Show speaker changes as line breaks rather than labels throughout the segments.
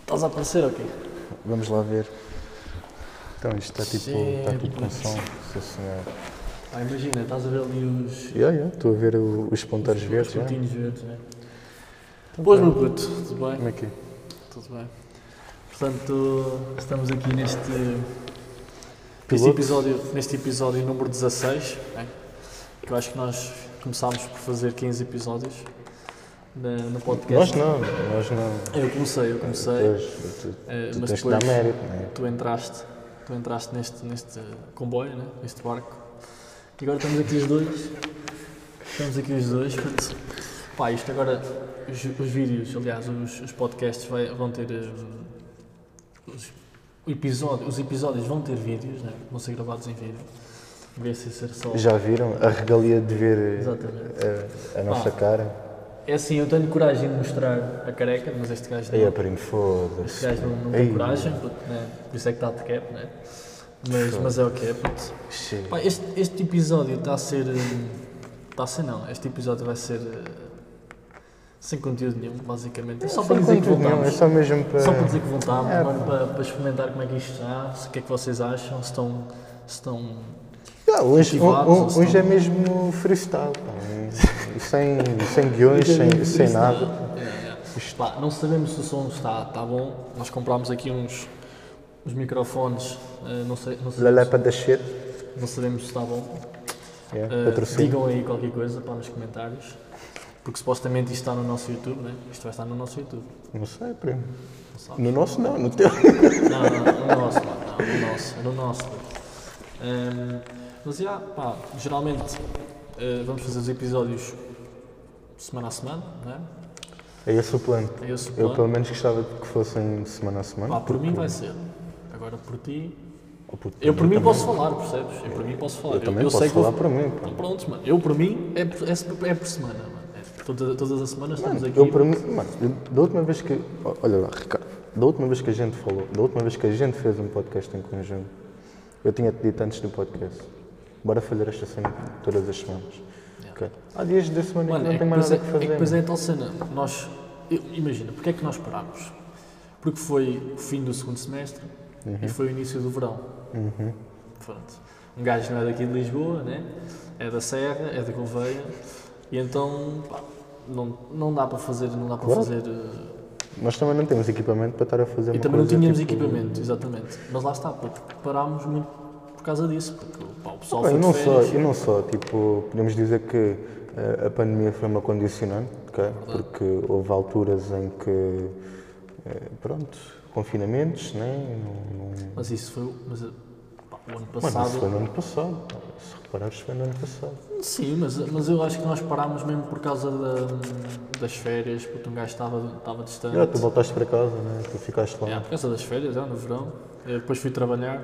Estás a aparecer ou quê?
Vamos lá ver. Então isto está tipo, está tipo com som. Sim, senhor.
Ah, imagina, estás a ver ali os.
Yeah, yeah, Estou a ver o- os pontares verdes. é?
os
já.
pontinhos verdes, né? Boas, meu puto. Tudo bem?
Como é que é?
Tudo bem. Portanto, estamos aqui neste, neste
Piloto?
episódio, neste episódio número 16, né? que eu acho que nós começámos por fazer 15 episódios na- no
Nós
podcast.
não, nós não.
Eu comecei, eu comecei,
Pois, tu,
eh,
tu
mas
tens de dar
depois
mérito, não é?
tu entraste, tu entraste neste, neste comboio, né? neste barco. E agora estamos aqui os dois. Estamos aqui os dois. puto. Pá, isto agora, os, os vídeos, aliás, os, os podcasts vai- vão ter. hum, Os, o episódio- os episódios vão ter vídeos, né? vão ser gravados em vídeo. Em vez de ser só.
é? Já viram a regalia de ver eh,
Exatamente.
a, a nossa
Ah.
cara?
É assim, eu tenho coragem de mostrar a careca, mas este gajo
Aí,
não.
ó, primo,
Este
foda-se.
gajo não, não
é Ei.
tem coragem, puto, né? por isso é que está de cap, né? mas, mas é o que é, puto.
Chega.
Pá, este, este episódio está a ser. hum, Está a ser não, este episódio vai ser. eh, sem conteúdo nenhum, basicamente. É só para
Sem
dizer que
conteúdo nenhum,
voltámos.
É só mesmo para.
Só para dizer que voltámos,
É,
agora para, para experimentar como é que isto está, se- o que é que vocês acham, se estão. Se estão
Ah, hoje,
motivados,
ho- ho-
ou se
hoje é
não.
mesmo freestyle, pá. sem, sem guiões, sem, sem nada.
Isto- eh, pá, não sabemos se o som está, está bom. Nós comprámos aqui uns, uns microfones, eh, não, sei, não, sabemos,
Lalepa da shit.
não sabemos se está bom.
Yeah,
Uh,
patrocínio.
digam aí qualquer coisa para nos comentários. Porque supostamente isto está no nosso YouTube, né? Isto vai estar no nosso YouTube.
Não sei, primo.
Não sabe?
No nosso não, no teu.
Não, não, no nosso, mano, não, no nosso, é no nosso. Ahm, mas já, pá, geralmente eh, vamos fazer os episódios semana a semana, né?
É esse o plano.
É esse o
Eu
plano.
pelo menos gostava que fossem semana a semana.
Pá, por mim vai ser. Agora por ti.
Oh, puto,
Eu por mim
também-
posso falar, percebes? Eu por mim posso falar.
Eu também posso
sei que vou-
falar para mim. pá.
Então pronto, mano. Eu por mim é, por- é se- é por semana, mano. É, toda- todas as semanas estamos
Mano,
aqui.
eu para mim, mano, eu- da última vez que. ó, Olha lá, Ricardo, da última vez que a gente falou, da última vez que a gente fez um podcast em conjunto, eu tinha-te dito antes do podcast. Bora fazer esta cena todas as semanas. Ok. Há dias da semana
Mano,
que
é
não
que
tenho mais
depois é,
nada que fazer.
é que depois
mano.
é a tal cena. Nós, eu- imagina, porque é que nós parámos? Porque foi o fim do segundo semestre
Uhum.
e foi o início do verão. Pronto. Um gajo não é daqui de Lisboa, né? É da Serra, é da Gouveia. E então, pá, não, não dá para fazer, não dá para
Claro. É
fazer... eh,
Nós também não temos equipamento para estar a fazer
e
uma
também não
coisa,
tínhamos
tipo,
equipamento, exatamente. Mas lá está, porque parámos muito por causa disso, porque pá, o pessoal
Bem,
foi
e
de
não só,
férias.
e não só, tipo, podemos dizer que eh, a pandemia foi uma condicionante, ok? porque houve alturas em que, eh, pronto, confinamentos, né? não, não...
Mas isso foi o- mas, pá, o ano
Mano,
passado.
isso foi no ano passado, pá. se reparares foi no ano passado.
Sim, mas, mas eu acho que nós parámos mesmo por causa da- das férias, porque um gajo estava, estava distante.
Ah, tu voltaste para casa, né? tu ficaste lá.
É, por causa das férias, é, no verão. Eu depois fui trabalhar.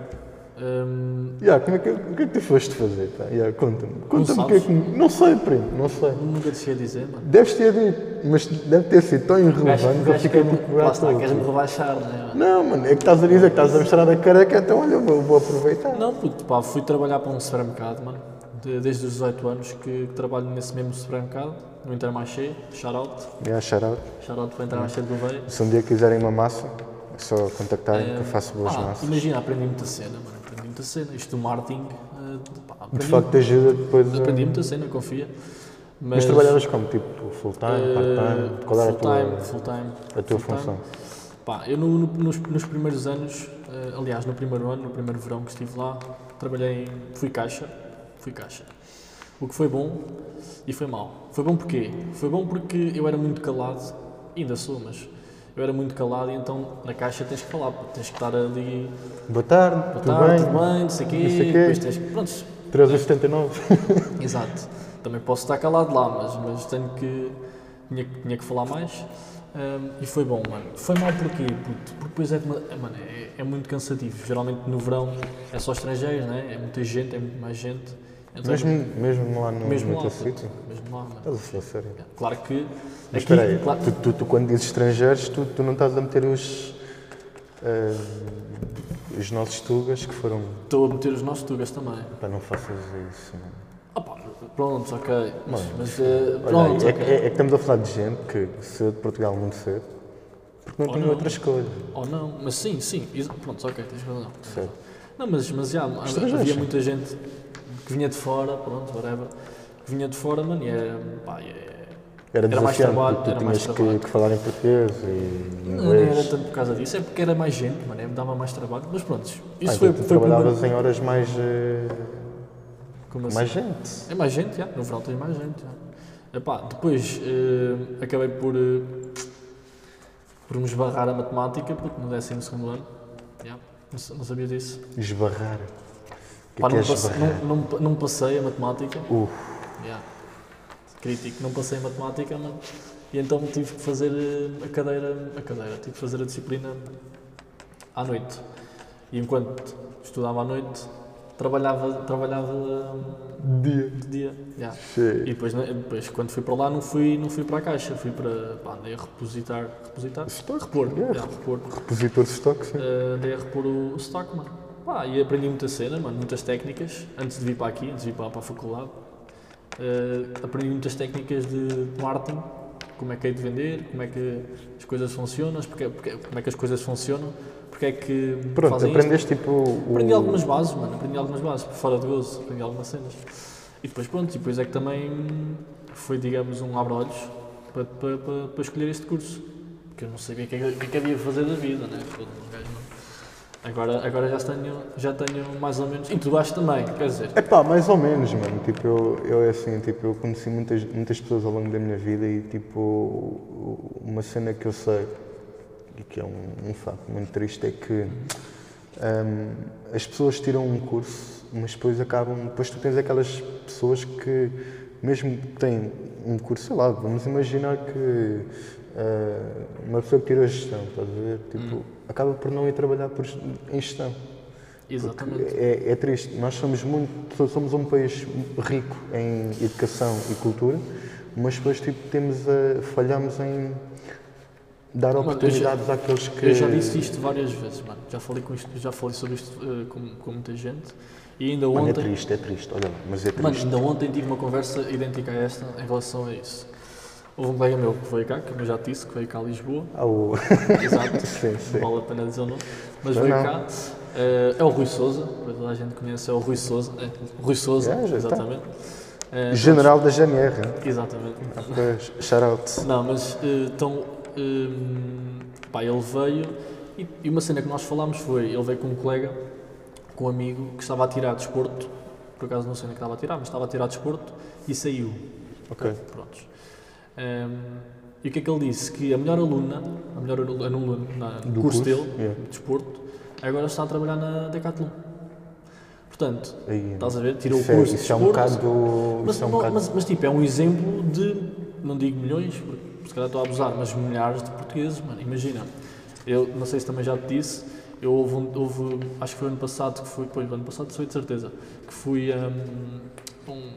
Hum,
Yeah, como é que, o que é que tu foste fazer? Pá? Yeah, conta-me, conta-me o que é
sabes?
que... Não sei, primo, não sei.
nunca te a dizer, mano.
Deves ter dito, mas deve ter sido tão irrelevante que eu fiquei
quer-me-
muito
Lá
um grato.
está, queres-me rebaixar, não é? mano?
Não, mano, é que estás a dizer que estás a mostrar a careca, então olha, eu vou, vou aproveitar.
Não, puto, pá, fui trabalhar para um supermercado, mano. De- desde os 18 anos que trabalho nesse mesmo supermercado, no Intermarché, shout-out.
Yeah, shout out.
Shout-out para o Intermarché de Gouveia.
Se um dia quiserem uma massa, é só contactarem que eu faço boas
Ah,
massas.
imagina, aprendi muita cena, mano. Aprendi muita cena. Isto do marketing, eh, pá,
De
aprendi
facto, ajuda depois a...
Aprendi muita cena, confia.
Mas trabalhavas como? Tipo, full-time, part-time? Qual era a
Eh, full-time,
tua,
full-time,
a tua
full-time.
função?
Pá, eu no- no- nos, nos primeiros anos, eh, aliás, no primeiro ano, no primeiro verão que estive lá, trabalhei, em- fui caixa, fui caixa. O que foi bom e foi mau. Foi bom porquê? Foi bom porque eu era muito calado, ainda sou, mas eu era muito calado e então na caixa tens que falar, tens que estar ali,
Boa tarde,
boa
tudo
tarde,
bem?
tudo bem, não sei o quê,
Não sei o quê.
depois tens que, pronto,
379.
Exato. Também posso estar calado lá, mas, mas tenho que. Tinha, que- tinha que falar mais. Ahm, e foi bom, mano. Foi mal porquê? Puto? Porque depois é, que uma- é, mano, é, é muito cansativo. Geralmente no verão é só estrangeiros, né? É muita gente, é muito mais gente. Então,
mesmo, mesmo lá no,
mesmo
no
lá,
teu
puto,
sítio?
mesmo lá, mano.
Estás a falar sério?
Claro que.
Mas espera aí,
claro-
tu, tu- tu quando dizes estrangeiros, tu, tu não estás a meter os... ah, os nossos tugas que foram...
Estou a meter os nossos tugas também.
Pá, não faças isso, mano.
Ah, pá, pronto, ok. Mas,
Mano,
mas, eh,
Olha,
pronto,
é,
ok.
é- é que estamos a falar de gente que saiu de Portugal muito cedo, porque porque não
Ou
tinha
não.
outra escolha.
Ou não, mas sim, sim, isso- pronto, ok, tens razão. tens
Certo.
razão. Não, mas, mas já, há-
Estrangeiros,
havia
sim.
muita gente que vinha de fora, pronto, whatever, que vinha de fora, mano, e era, pá, e é-
Era
Era mais
desafiante,
trabalho,
porque tu
era mais
tinhas
trabalho.
que, que falar em português e
Não, não era
inglês.
tanto por causa disso, é porque era mais gente, mano, é, me dava mais trabalho, mas pronto, isso foi,
Ah, então tu
foi o primeiro...
trabalhavas em horas mais. eh,
Como assim?
mais gente.
É mais gente, já. No verão tem mais gente, já. Epá, depois eh, acabei por, eh, por me esbarrar a matemática, porque no 12 segundo ano, já, não, sa- não sabia disso.
Esbarrar. O que
Pá,
é que é
não, passe-
esbarrar?
não- não pa- não passei a matemática,
Uf,
já. crítico, não passei a matemática, mano. E então tive que fazer eh, a cadeira, a cadeira, tive que fazer a disciplina à noite. E enquanto estudava à noite, trabalhava, trabalhava hum,
Dia.
de dia. já.
Sim.
E depois, né, depois quando fui para lá, não fui, não fui para a caixa, fui para. Pá, andei a repositar. Repositar?
Stock,
Repor.
é,
É, repor.
Repositor de estoque, sim.
Eh, andei a repor o, o stock, mano. Pá, e aprendi muita cena, mano, muitas técnicas, antes de vir para aqui, antes de vir para, para a faculdade. Eh, aprendi muitas técnicas de marketing, como é que é de vender, como é que as coisas funcionam, porque, porque- como é que as coisas funcionam, porque é que
Pronto,
fazem isto.
aprendeste tipo. o-
Aprendi algumas bases, mano. Aprendi algumas bases, por fora de gozo. Aprendi algumas cenas. E depois, pronto, e depois é que também foi, digamos, um abre-olhos para, para, para, para escolher este curso. Porque eu não sabia o que, é que- o que é que havia de fazer da vida, né? Foda-se, um gajo não- Agora, agora já, tenho, já tenho mais ou menos. E tu acho também, quer dizer.
É pá, mais ou menos, mano. Tipo, eu, eu é assim, tipo, eu conheci muitas, muitas pessoas ao longo da minha vida e, tipo, uma cena que eu sei, e que é um, um facto muito triste, é que hum, as pessoas tiram um curso, mas depois acabam. Depois tu tens aquelas pessoas que, mesmo que têm um curso, sei lá, vamos imaginar que ah, uma pessoa que tirou gestão, estás a ver? Tipo, acaba por não ir trabalhar por, em gestão.
Exatamente.
É, é triste. Nós somos muito, somos um país rico em educação e cultura, mas depois tipo temos a, falhamos em dar
eu já-
oportunidades àqueles que
Eu já disse isto várias vezes, mano. Já falei, com isto, já falei sobre isto eh, com, com muita gente. E ainda
Mano, é
ontem.
triste, é triste. Olha, lá, mas é
Mano,
triste.
ainda ontem tive uma conversa idêntica a esta em relação a isso. Houve um colega meu que veio cá, que eu já te disse, que veio cá a Lisboa,
Ah, o-
exato,
sim, sim.
não vale a pena dizer o nome, mas
Mas
veio
não.
cá. Eh, é o Rui Souza, para toda a gente que conhece, é o Rui Souza. É, Rui Souza,
É, já está.
exatamente. Eh,
General da GNR.
Exatamente.
Ah, pois, Shout out.
Não, mas eh, então, hum, pá, ele veio e, e uma cena que nós falámos foi: ele veio com um colega, com um amigo, que estava a tirar desporto, por acaso não sei onde é que estava a tirar, mas estava a tirar desporto e saiu.
Ok.
Prontos. Hum, e o que é que ele disse? Que a melhor aluna, a melhor alu- aluna na- no
Do
curso,
curso,
dele,
yeah.
de desporto, agora está a trabalhar na Decathlon. Portanto,
Aí,
estás a ver? Tirou o
isso é-
curso. de
Isso é um
desporto,
bocado.
mas,
Isso é um
não,
bocado.
mas- mas, tipo, é um exemplo de, não digo milhões, porque se calhar estou a abusar, mas milhares de portugueses, mano, imagina. Eu não sei se também já te disse, eu houve, um- houve, acho que foi ano passado, que fui, pois, ano passado foi de certeza, que fui hum, a um...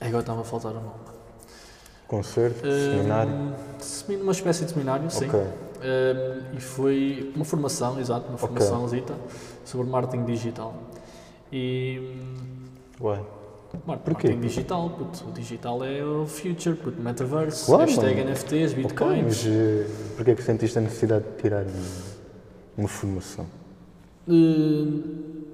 Agora estava a faltar o nome.
Concerto,
Hum,
seminário.
semin- Uma espécie de seminário, sim.
Ok.
Um, e foi uma formação, exato, uma formaçãozita sobre marketing digital. E... hum,
Ué.
Mano,
Porquê?
marketing digital, puto. O digital é o future, puto. Metaverse,
Claro,
hashtag
mano.
NFTs,
Ok,
bitcoins.
mas eh, porquê é que sentiste a necessidade de tirar uma formação?
Eh,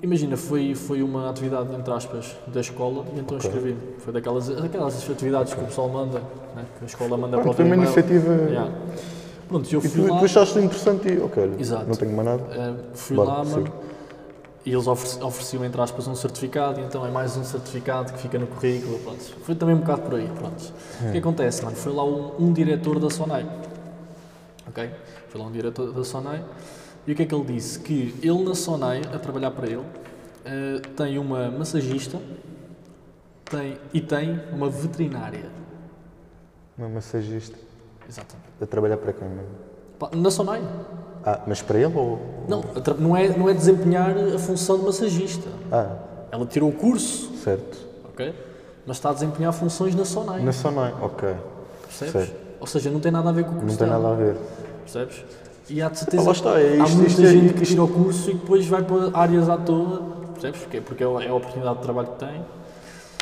imagina, foi, foi uma atividade, entre aspas, da escola, e então
Ok.
escrevi. Foi daquelas, daquelas atividades que o pessoal manda, né? que a escola manda para
Pronto,
o
foi uma iniciativa.
Yeah. Pronto, eu
E
fui
tu,
lá,
tu achaste interessante e ok, olha,
Exato.
não tenho mais nada.
eh, fui
Bora,
lá, mano,
siga.
e eles ofereci- ofereciam, entre aspas, um certificado, e então é mais um certificado que fica no currículo, pronto. Foi também um bocado por aí, pronto. O que acontece, mano? Foi lá um, um diretor da Sonai, ok? Foi lá um diretor da Sonai, e o que é que ele disse? Que ele na Sonai, a trabalhar para ele, eh, tem uma massagista tem, e tem uma veterinária.
Uma massagista
Exatamente.
a trabalhar para quem? mano?
Pá, Na Sonai.
Ah, mas para ele ou.
Não, a tra- não, é, não é desempenhar a função de massagista.
Ah,
Ela tirou o curso
certo.
ok? Mas está a desempenhar funções na Sonai,
Na Sonai, ok.
percebes?
sei.
Ou seja, não tem nada a ver com o curso
Não tem
dela,
nada a ver.
percebes? E há de certeza
Ah, lá está, é
há
isto,
muita
isto é-
gente que tira o curso e depois vai para áreas à toa, percebes? Porquê? Porque é a é a oportunidade de trabalho que tem.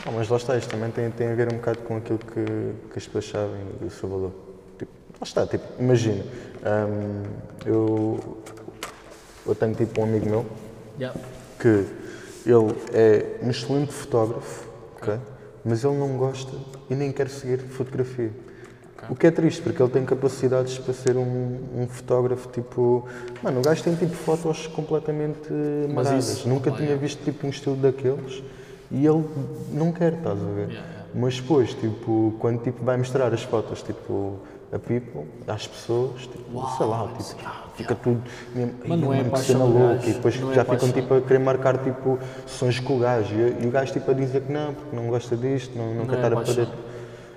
Ah, mas lá está, isto também tem, tem a ver um bocado com aquilo que, que as pessoas sabem do seu valor. Tipo, Lá está, tipo, imagina. hum, eu, eu tenho tipo um amigo meu
Yeah.
que ele é um excelente fotógrafo, ok? Mas ele não gosta e nem quer seguir fotografia. O que é triste, porque ele tem capacidades para ser um, um fotógrafo tipo. Mano, o gajo tem tipo fotos completamente maradas.
isso-
Nunca
opa,
tinha
yeah.
visto tipo um estilo daqueles e ele não quer, estás a ver?
Yeah, yeah.
Mas depois, tipo, quando tipo, vai mostrar as fotos, tipo, a people, às pessoas, tipo, sei lá, tipo, fica tudo mesmo,
Mas não é
mano, que
paixão
cena
do
louca,
gajo,
e depois
não é
já ficam
paixão.
tipo a querer marcar tipo sons com o gajo, e, e o gajo tipo a dizer que não, porque não gosta disto, não, não,
Não
quer
é
estar a
paixão.
poder.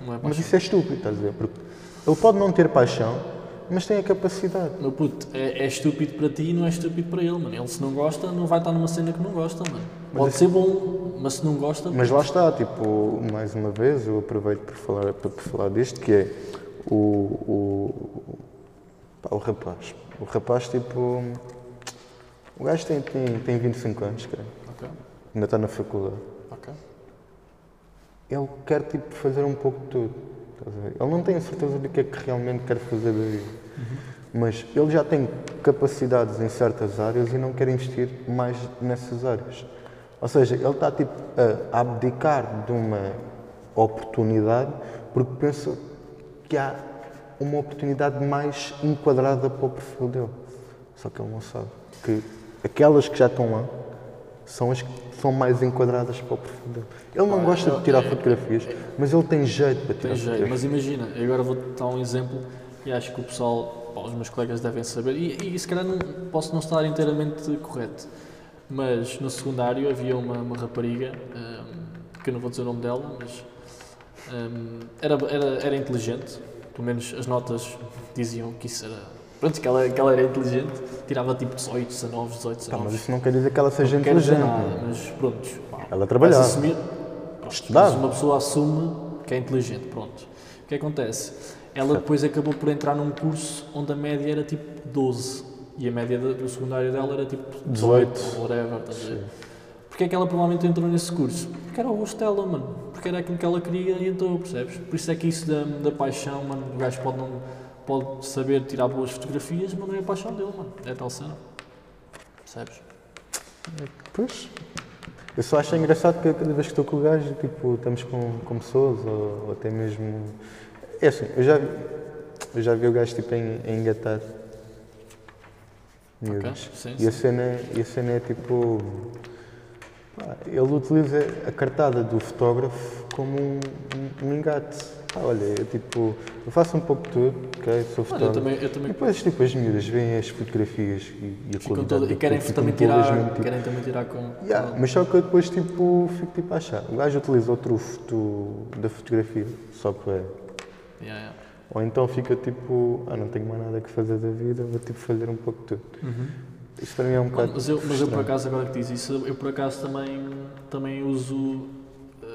Não é
Mas
paixão.
isso é estúpido, estás a ver? Porque ele pode não ter paixão, mas tem a capacidade.
Meu puto, é, é estúpido para ti e não é estúpido para ele, mano. Ele se não gosta, não vai estar numa cena que não gosta, mano. Pode ser bom, mas se não gosta,
é assim. Mas lá está, tipo, mais uma vez, eu aproveito para falar, para para falar disto, que é o, o, pá, o rapaz. O rapaz, tipo, o gajo tem, tem, tem 25 anos, cara.
Ok,
ainda está na faculdade.
ok.
Ele quer, tipo, fazer um pouco de tudo. estás a ver? Ele não tem a certeza do que é que realmente quer fazer da vida. Mas ele já tem capacidades em certas áreas e não quer investir mais nessas áreas. Ou seja, ele está tipo a abdicar de uma oportunidade porque pensa que há uma oportunidade mais enquadrada para o perfil dele. Só que ele não sabe que aquelas que já estão lá são as que são mais enquadradas para o perfil dele. Ele não gosta de tirar fotografias, mas ele tem jeito para tirar
Tem jeito, é,
fotografias.
mas imagina, eu agora vou-te dar um exemplo e acho que o pessoal, pá, os meus colegas devem saber, e, e se calhar não, posso não estar inteiramente correto, mas no secundário havia uma, uma rapariga, hum, que eu não vou dizer o nome dela, mas hum, era, era, era inteligente, pelo menos as notas diziam que isso era. Pronto, que ela, que ela era inteligente, tirava tipo 18, 19, 18,
Tá,
19.
mas isso não quer dizer que ela seja
não quero dizer
inteligente.
nada,
mano.
mas pronto. pá,
Ela trabalhava.
vais assumir- pronto,
Estudava.
mas uma pessoa assume que é inteligente, pronto. O que acontece? Ela depois acabou por entrar num curso onde a média era tipo 12 e a média da- do secundário dela era tipo 18,
18.
ou whatever, estás a ver? Porquê é que ela provavelmente entrou nesse curso? Porque era o gosto dela, mano. Porque era aquilo que ela queria e entrou, percebes? Por isso é que isso da, da paixão, mano, o gajo pode, não, pode saber tirar boas fotografias, mas não é a paixão dele, mano. É tal cena. Percebes?
Pois. Eu só acho engraçado que cada vez que estou com o gajo, tipo, estamos com, com pessoas ou, ou até mesmo. É assim, eu já, vi- eu já vi o gajo tipo, em, em engatar.
Ok?
miúdas.
Sim,
E
sim.
a cena, e a cena é tipo. pá, ele utiliza a cartada do fotógrafo como um, um, um engate. Pá, olha, eu tipo, eu faço um pouco de tudo, ok? Sou
Mano, eu
fotógrafo.
também, eu também
E depois tipo, as miúdas veem as fotografias e, e a
Ficam
qualidade
todas-
da
e querem
foto, ficam
também
todas
tirar,
mesmo, tipo,
querem também tirar com.
Yeah, mas só que eu depois tipo, fico tipo a achar. O gajo utiliza o trufo do- da fotografia, só para.
Yeah, yeah.
Ou então fica tipo, ah, não tenho mais nada que fazer da vida, vou tipo fazer um pouco de tudo. Isso para mim é um
Mano,
bocado.
mas, eu, mas eu por acaso, agora que diz isso, eu por acaso também, também uso eh,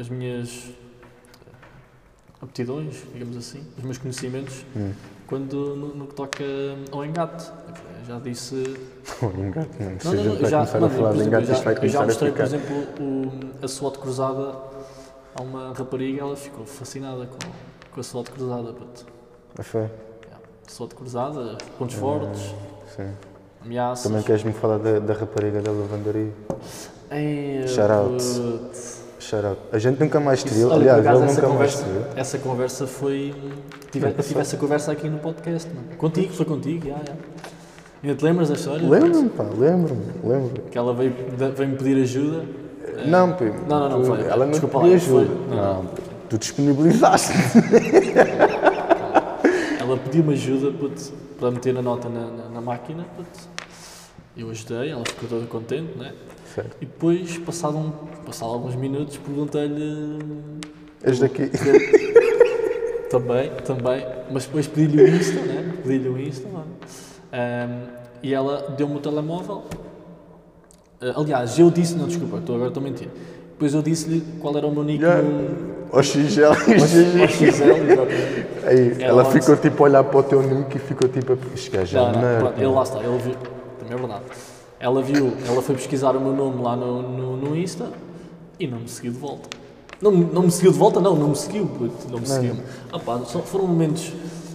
as minhas eh, aptidões, digamos assim, os meus conhecimentos,
Hum.
quando no, no que toca ao engate. Eu Já disse.
Pô, engate, mano. Se
Não,
a
não,
gente
não,
vai
já,
começar
mano,
a falar
por
de
exemplo, eu
engate,
já,
isto vai
eu já
começar a
mostrei, por
ficar.
exemplo, o- a SWOT cruzada a uma rapariga, ela ficou fascinada com, com a SWOT cruzada. puto.
Ah, foi?
SWOT cruzada, pontos fortes,
Sim.
ameaças.
Ah, Também queres-me falar da, da rapariga da lavandaria?
Ei,
Shout out.
putz.
Shout out. A gente nunca mais te
Isso,
viu.
olha,
Aliás,
por acaso,
ele
essa
nunca mais
conversa,
te viu.
Essa conversa foi.
Não
Tive,
passou.
tive essa conversa aqui no podcast, mano. Contigo, foi contigo, já, já. Ainda te lembras da história?
Lembro-me, pá, lembro-me, lembro-me.
Que ela veio, da- veio-me pedir ajuda. Eh,
Não, Pim.
Não, não, não,
tu-
foi.
Ela não
Desculpa
te
lá,
pediu
foi.
ajuda. Ah.
Não,
Não, tu disponibilizaste.
Ela pediu-me ajuda puto, para meter a nota na, na- na máquina, puto. Eu ajudei, ela ficou toda contente, né?
Certo.
E depois, passado, um, passado alguns minutos, perguntei-lhe
És daqui.
Também, também. Mas depois pedi-lhe o Insta, né? Pedi-lhe o Insta, mano. Ahm, e ela deu-me o telemóvel. Ah, aliás, eu disse, não, desculpa, estou agora estou a mentir. Depois eu disse-lhe qual era o meu nick
Yeah.
no.
Ó XL,
ao XL, exatamente.
Aí, ela
Ela
ficou tipo a olhar para o teu nick e ficou tipo a. Este gajo é
É Não,
um
não,
nerd,
pronto,
mano.
ele lá está, ele viu, também é verdade. Ela viu, ela foi pesquisar o meu nome lá no, no, no Insta e não me seguiu de volta. Não, me- não me seguiu de volta, não, não me seguiu, puto, não me seguiu. Ah pá, só foram momentos,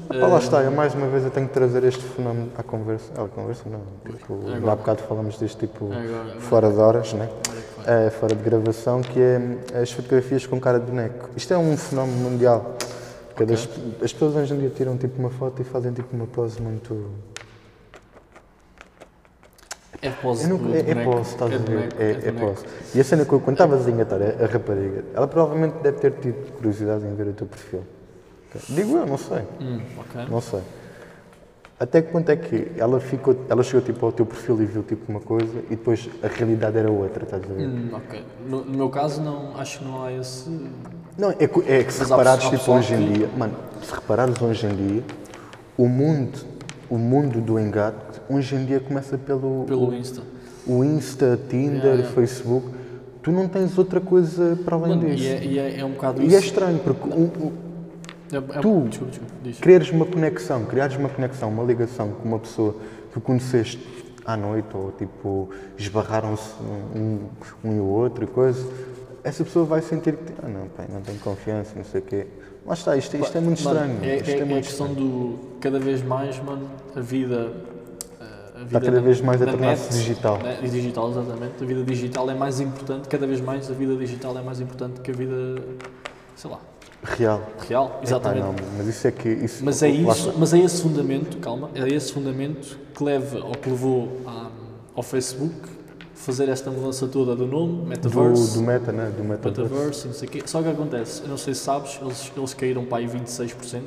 Pá, lá está, eu mais uma vez eu tenho que trazer este fenómeno à conversa. À conversa não, tipo,
Agora.
há bocado falamos deste tipo
Agora.
fora de horas, né?
Olha que vai.
é, fora de gravação, que é as fotografias com cara de boneco. Isto é um fenómeno mundial. Cada- as, as pessoas hoje em dia tiram tipo uma foto e fazem tipo uma pose muito.
É pose
Eu não,
do
é, é
boneco.
pose, estás a
de
ver?
boneco,
É,
de
é
boneco.
pose. E a cena que eu- quando estavas a engatar a, a rapariga, ela provavelmente deve ter tido curiosidade em ver o teu perfil. Digo eu, não sei.
Hum, ok.
Não sei. Até que ponto é que ela, ficou, ela chegou tipo, ao teu perfil e viu tipo uma coisa e depois a realidade era outra, estás a ver?
Hum, ok. No, no meu caso, não, acho que não há esse.
Não, é, co- é que se
Mas há
reparares
pessoa- há
tipo, hoje em
pessoal
dia, mano, se reparares hoje em dia, o mundo, o mundo do engate, hoje em dia começa pelo,
pelo Insta.
o Insta, Tinder,
Yeah, yeah.
Facebook. Tu não tens outra coisa para além
Mano,
disso.
e é, e é, é um bocado
E é
isso.
estranho, porque o- o-
É, é,
tu-
Desculpa, desculpa. Diz.
criares uma conexão, criares uma conexão, uma ligação com uma pessoa que conheceste à noite ou tipo esbarraram-se um, um e o outro e coisa, essa pessoa vai sentir que ah, não, pá, não tenho confiança, não sei o quê. Mas está, isto, isto é muito
Mano,
estranho.
É,
isto
é- é a
muito
questão do. Cada vez mais, mano, a vida. eh, A vida
cada vez mais a
na
tornar-se
net,
digital.
né, e digital, exatamente. A vida digital é mais importante, cada vez mais a vida digital é mais importante que a vida. sei lá.
real.
real,
Epá,
exatamente.
não, mas isso é que isso,
Mas é
lá
isso, mas é esse fundamento, calma, é esse fundamento que leva ou que levou à- ao Facebook fazer esta mudança toda do nome,
está, do,
Metaverse,
do meta, né? Do metaverso.
Metaverse, e não sei o quê. Só que acontece, eu não sei se sabes, eles, eles caíram para aí 26%.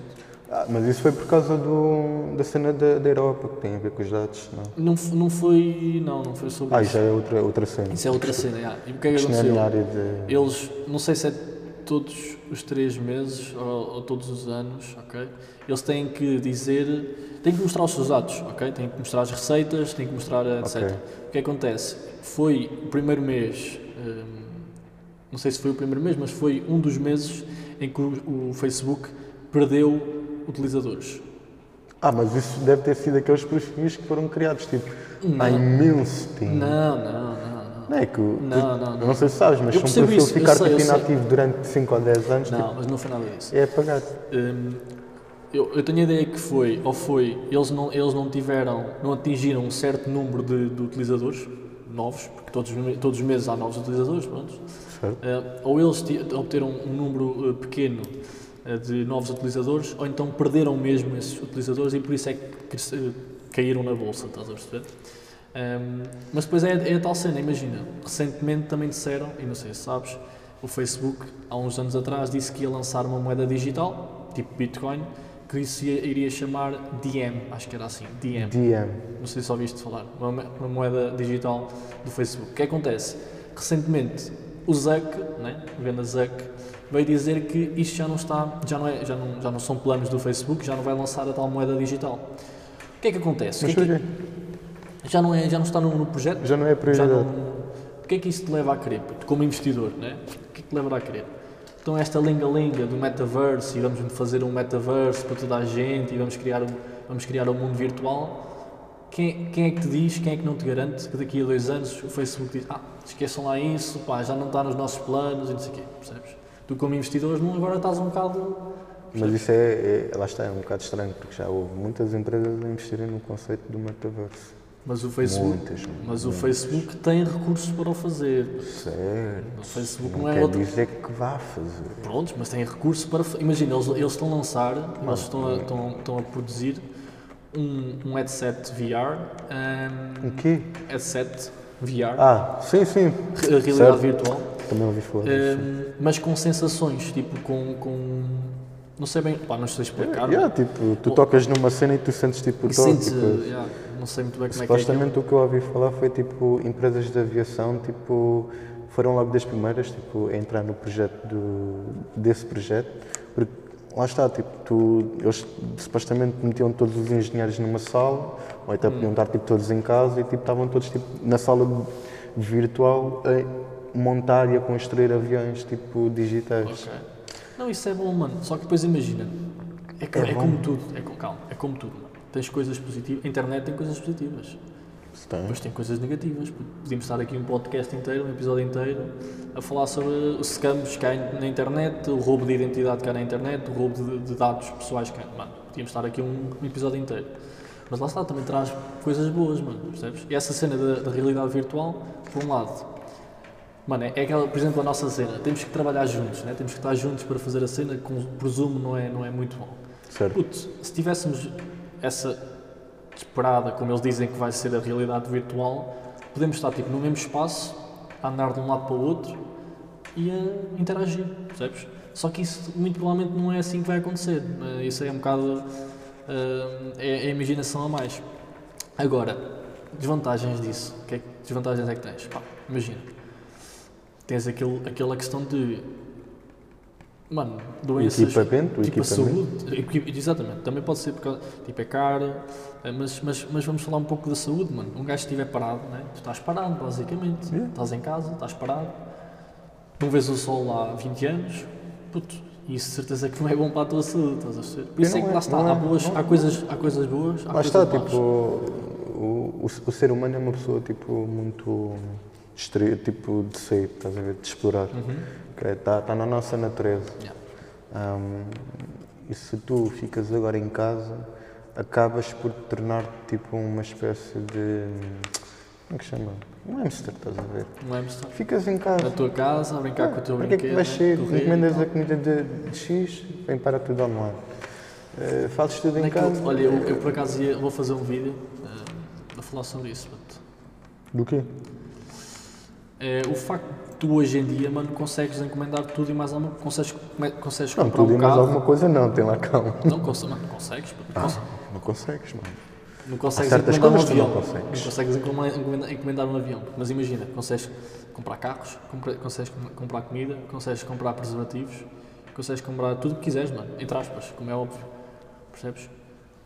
Ah, mas isso foi por causa do, da cena da, da Europa que tem a ver com os dados, não?
Não, f- não foi, não, não foi sobre
Ah,
isso.
já é outra, outra cena.
Isso é outra cena, já. E o que é que
Isto não é a minha
aconteceu?
área de.
Eles, não sei se é todos os três meses ou, ou todos os anos, ok? Eles têm que dizer, têm que mostrar os seus dados, ok? Têm que mostrar as receitas, têm que mostrar eh, etc.
Ok.
O que acontece? Foi o primeiro mês, hum, não sei se foi o primeiro mês, mas foi um dos meses em que o, o Facebook perdeu utilizadores.
Ah, mas isso deve ter sido aqueles perfis que foram criados, tipo, há
Não,
imenso tempo.
não, não, não.
Não é que. o-
Não, não,
eu
não.
não sei se sabes,
Eu
mas se um
percebo
perfil
isso, eu
ficar
sei,
tipo,
eu sei.
inativo durante 5 ou 10 anos,
Não, mas não foi nada disso.
tipo, é apagado.
Hum, eu, eu tenho a ideia que foi, ou foi, eles não, eles não tiveram, não atingiram um certo número de, de utilizadores novos, porque todos, os me- todos os meses há novos utilizadores, pronto.
Certo?
Eh, ou eles ti- obteram um número eh, pequeno eh, de novos utilizadores, ou então perderam mesmo esses utilizadores e por isso é que cresce- eh, caíram na bolsa, estás a perceber? Hum, mas depois é, é a tal cena, imagina, recentemente também disseram, e não sei se sabes, o Facebook há uns anos atrás disse que ia lançar uma moeda digital, tipo Bitcoin, que isso ia- iria chamar DM, acho que era assim, DM
DM.
não sei se ouviste falar, uma, mo- uma moeda digital do Facebook. O que acontece? Recentemente, o Zuck, né, o grande Zuck, veio dizer que isto já não está, já não, é, já, não, já não são planos do Facebook, já não vai lançar a tal moeda digital. O que é que acontece? O
Mas
que é que-
porquê?
já, não é, já não está no, no projeto?
Já não é
já
prioridade.
não- O que é que isso te leva a querer, puto? como investidor, né? O que é que te leva a querer? Então esta linga-linga do metaverse e vamos fazer um metaverse para toda a gente e vamos criar um, vamos criar um mundo virtual, quem, quem é que te diz, quem é que não te garante que daqui a dois anos o Facebook diz ah, esqueçam lá isso, pá, já não está nos nossos planos e não sei o quê, percebes? Tu como investidor não, agora estás um bocado...
Mas isso é, é- Lá está, é um bocado estranho, porque já houve muitas empresas a investirem no conceito do metaverso.
Mas o Facebook,
Muitas.
mas o Facebook tem recursos para o fazer.
Certo.
O Facebook
Não,
não, é
quer
outro
dizer que vá fazer.
Prontos, mas têm recurso para. fa- Imagina, eles, eles estão a lançar, eles estão
Hum.
a, estão, estão a produzir um, um headset VR, um,
O quê?
headset VR,
Ah, sim, sim.
re- realidade
certo.
virtual,
Também ouvi falar disso.
um, mas com sensações, tipo com. com não sei bem, pá, não sei explicar.
Yeah, tipo, tu
Bom.
tocas numa cena e tu sentes tipo
e
o toque.
sentes,
Tipo,
yeah, não sei muito bem como é que é. aquilo.
supostamente o que eu ouvi falar foi tipo empresas de aviação tipo foram logo das primeiras tipo a entrar no projeto do, desse projeto porque lá está tipo tu eles supostamente metiam todos os engenheiros numa sala ou
Hum.
até podiam estar tipo todos em casa e tipo estavam todos tipo na sala virtual a montar e a construir aviões tipo digitais.
Ok. Não, isso é bom, mano. Só que depois imagina. É, co-
É
é
bom.
como tudo. É, co- calma, é como tudo, mano. Tens coisas positivas. A internet tem coisas positivas.
Se tem.
Mas tem coisas negativas. puto. Podíamos estar aqui um podcast inteiro, um episódio inteiro, a falar sobre os scams que há in- na internet, o roubo de identidade que há na internet, o roubo de, de dados pessoais que há. Mano, podíamos estar aqui um, um episódio inteiro. Mas lá está, também traz coisas boas, mano, percebes? E essa cena da, da realidade virtual, por um lado, mano, é, é aquela, por exemplo, a nossa cena. Temos que trabalhar juntos, né? Temos que estar juntos para fazer a cena, que um- presumo não é, não é muito bom.
Certo.
Putz, se tivéssemos essa esperada, como eles dizem que vai ser a realidade virtual, podemos estar tipo, no mesmo espaço, a andar de um lado para o outro e a interagir, percebes? Só que isso muito provavelmente não é assim que vai acontecer. né? Isso é um bocado. ah, é, é imaginação a mais. Agora, desvantagens disso. O que é que desvantagens é que tens? Pá, imagina. Tens aquele, aquela questão de. Mano, doenças.
Equipamento,
Tipo, a
equipamento.
saúde, equi- exatamente, também pode ser por causa, tipo, é caro, eh, mas, mas, mas vamos falar um pouco da saúde, mano. Um gajo que estiver parado, né? tu estás parado, basicamente,
Yeah.
estás em casa, estás parado, não vês o sol há 20 anos, puto, isso de certeza que não é bom para a tua saúde, estás a perceber? Por
E
isso é
não
que
é-
lá está,
não é-
há, boas,
não-
há, coisas, há coisas boas, há
Lá
coisas
está,
más.
tipo, o, o, o ser humano é uma pessoa, tipo, muito estre- tipo, de sair, estás a ver, de explorar.
Uhum,
Está tá na nossa natureza.
Yeah.
Ahm, e se tu ficas agora em casa, acabas por te tornar, tipo, uma espécie de, como é que chama? Um hamster, estás a ver?
Não é, Mr.
Ficas em casa.
Na tua casa, a brincar com o teu
Para que é
brinquedo,
que vais
né?
ser?
Correr e
Encomendas
tal.
a comida de, de X, vem para tudo online. Eh, fazes tudo em
Naquilo-
casa.
Olha, é eu, eu por acaso ia- vou fazer um vídeo eh, a falar sobre isso, puto.
Do quê?
É, o facto de tu hoje em dia, mano, consegues encomendar tudo e mais alguma consegues, come- consegues
Não,
comprar
tudo e
um
mais
carro.
alguma coisa não, tem lá calma.
Não, conse- mano, consegues, pô. Conse-
Ah, Não consegues, mano.
não consegues
certas
encomendar um
coisas que
avião.
não
Não
consegues.
consegues encomendar, encomendar- encomendar um avião. Mas imagina, consegues comprar carros, compra- consegues com- comprar comida, consegues comprar preservativos, consegues comprar tudo o que quiseres, mano, entre aspas, como é óbvio. Percebes?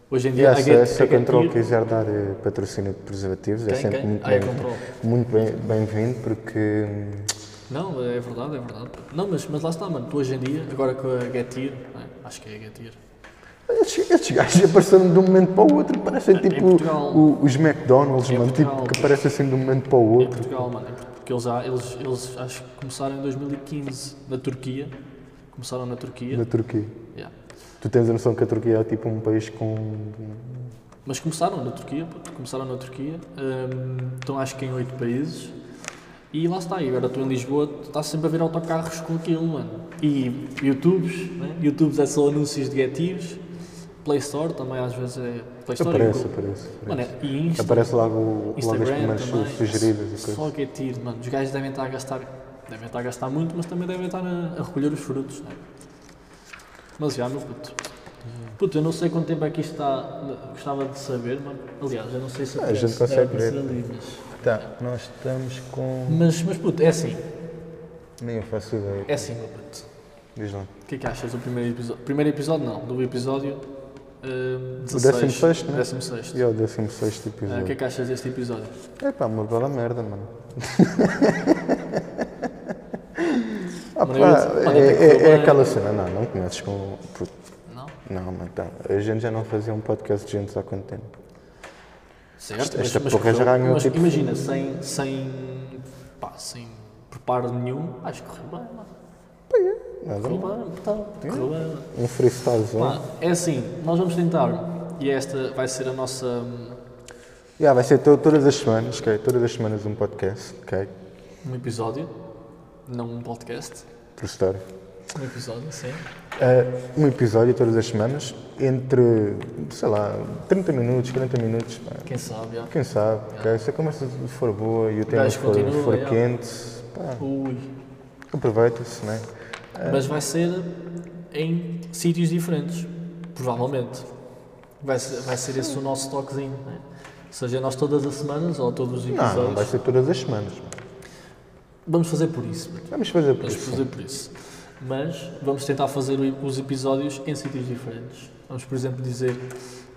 Hoje em
E
dia
essa,
Get-
essa
Get
é, control
Gear-
quiser dar eh, patrocínio de preservativos é
Quem,
sempre
quem?
muito
Ah, é
bem-
Control.
muito bem- bem-vindo porque hum,
Não, é verdade, é verdade. Não, mas, mas lá está, mano, tu hoje em dia, agora com a Getir, acho que é a Getir,
estes, estes gajos apareceram de um momento para o outro, parecem tipo
Portugal.
o- os McDonald's,
Em
mano,
Portugal.
tipo, que aparecem assim de um momento para o
Em
outro.
Portugal, mano, em Portu- porque eles, já- eles, eles acho que começaram em 2015 na Turquia. Começaram na Turquia.
Na Turquia.
yeah.
Tu tens a noção que a Turquia é tipo um país com.
É Mas começaram na Turquia, puto, começaram na Turquia. hum, estão acho que em oito países. E lá está, e agora estou em Lisboa, está sempre a ver autocarros com aquilo, mano. E YouTubes, né? YouTubes é só anúncios de gatilhos. Play Store também às vezes é. Play Store e
Aparece,
Google.
aparece.
Mano,
aparece.
é- e Insta.
Aparece logo, logo as
Instagram
primeiras su-
também.
sugeridas e
Só
coisas.
que é tiro, mano. Os gajos devem estar a gastar. Devem estar a gastar muito, mas também devem estar a, a recolher os frutos, né? Mas já, meu puto. Puto, eu não sei quanto tempo é que isto está. Gostava de saber, mano. Aliás, eu não sei se
Ah, a gente
aparece,
consegue
deve aparecer
ver.
ali, mas...
Tá, nós estamos com.
mas. Mas, puto, é assim.
Nem eu faço ideia.
É assim, meu puto.
Diz lá.
O que é que achas do primeiro episódio? Primeiro episódio, não. Do episódio. Uh, 16.
décimo sexto, né?
16.
E é o 16
Ah, o que é
episódio.
que achas deste episódio?
É pá, uma bela merda, mano. Ah,
Mano,
pá,
eu ia dizer, mano,
é,
até correu
é- é
bem.
aquela cena, não, não conheces com. puto,
Não?
Não, mano, tá. A gente já não fazia um podcast de gente há quanto tempo?
Certo,
Esta-
mas-
esta
mas,
porra já ganhou,
mas
tipo-
imagina, sem, sem, pá, sem preparo nenhum, acho que correu bem, mano.
Nada,
Correu
mano.
bem, então, correu bem. mano.
um freestylezão.
Pá, é assim, nós vamos tentar, e esta vai ser a nossa... hum,
Já, vai ser to- todas as semanas, ok? Todas as semanas um podcast, ok?
um episódio, não um podcast,
True story.
um episódio, sim.
Eh, um episódio todas as semanas, entre, sei lá, 30 minutos, 40 minutos, pá.
Quem sabe, já.
quem sabe, ok? Se a conversa for boa e o tema
gajo
for,
continua, é.
for
já.
quente, pá,
Ui.
aproveita-se, né?
Mas vai ser em sítios diferentes, provavelmente. Vai ser, vai ser esse o nosso toquezinho, né? Ou seja, nós todas as semanas, ou todos os
Não, não,
episódios,
vai ser todas as semanas. mano.
vamos fazer por isso, mano.
Vamos fazer por
Vamos
isso.
fazer por isso. Mas vamos tentar fazer o- os episódios em sítios diferentes. Vamos, por exemplo, dizer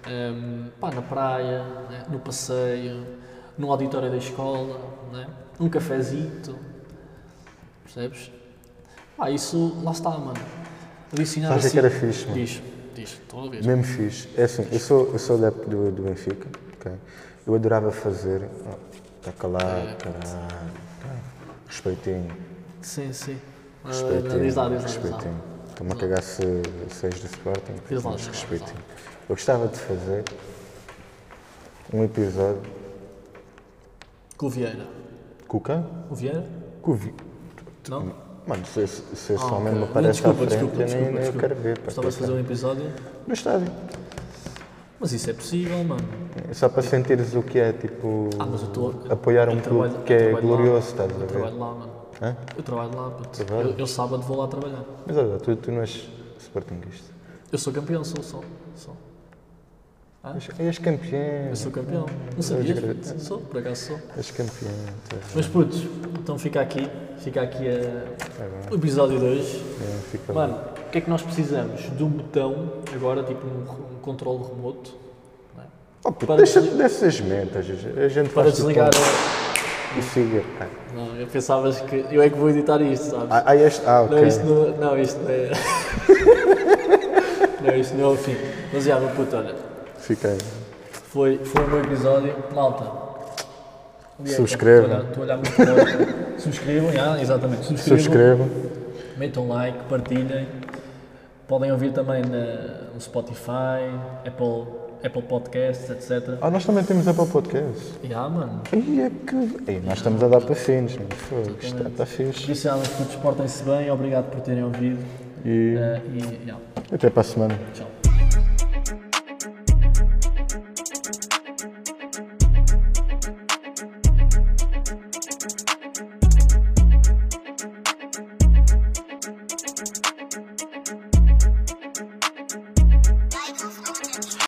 ehm, pá, na praia, né, no passeio, no auditório da escola, né, num cafezito. Percebes? Pá, isso lá está, mano. Adicionar
Sabes o
assim.
que era fixe, mano?
Diz, diz, estou a ver.
Mesmo fixe. É assim, eu sou, eu sou adepto do, do Benfica, ok? Eu adorava fazer. Está
É.
calado, caralho. tá? Respeitinho.
Sim, sim. Ah,
Respeitinho.
diz lá, diz lá, diz lá.
respeitinho. Estou-me a cagar se, se és do Sporting.
Diz lá, diz
mas
lá, diz lá.
respeitinho. Eu gostava de fazer um episódio
Com o Vieira.
com o quem?
O Vieira?
Com o Vi-
Não?
Mano, se esse, se esse
Ah,
homem me
ok.
aparece
Desculpa,
à frente,
desculpa,
eu nem,
desculpa,
nem
desculpa.
quero ver. pá,
Gostava de
que é
fazer um episódio.
que- No estádio.
Mas isso é possível, mano.
É Só para sentires o que é, tipo,
Ah, mas eu tô-
apoiar um
eu
clube
trabalho-
que
eu
é
trabalho lá.
glorioso, estás a
Eu
ver? É
trabalho lá, mano.
Hã?
Eu trabalho lá, puto.
Trabalho?
Eu, eu sábado vou lá trabalhar.
Mas olha, tu, tu não és sportinguista.
Eu sou campeão, sou, sou. sou.
És, és campeão.
Eu sou campeão. Não sabias?
Eu
puto? Sou, por acaso sou.
És campeão. estás a
Mas putos, então fica aqui. Fica aqui a... o episódio de hoje.
ver? É, fica lá.
Mano, o que é que nós precisamos? De um botão, agora, tipo um, re- um controle remoto, né?
Oh, puto,
para
deixa
desli-
dessas mentas. A gente- a gente
para
faz tudo
desligar.
com-
a-
e siga. Ah,
Não, eu pensavas que. Eu é que vou editar isto, sabes?
Ah, ah, este, ah ok.
Não, isto não, não, isto não é. não, isto não é o fim. Mas já, meu puto, olha.
Fica aí.
Foi, foi um bom episódio. Malta. aliás,
Subscrevam.
Estou a olhar- estou a olhar muito para hoje. Subscrevam, já, exatamente. Subscrevam.
Subscrevam.
Metam like, partilhem. Podem ouvir também na- no Spotify, Apple, Apple Podcasts, etc.
Ah, nós também temos Apple Podcast.
Já, mano.
Aí é que. Ei, nós estamos a dar para finos, mano. Fogo, Isto está, está
Por
fixe.
Isso já, meus putos, portem-se bem. Obrigado por terem ouvido.
E
Eh, e, já.
até para a semana.
Tchau.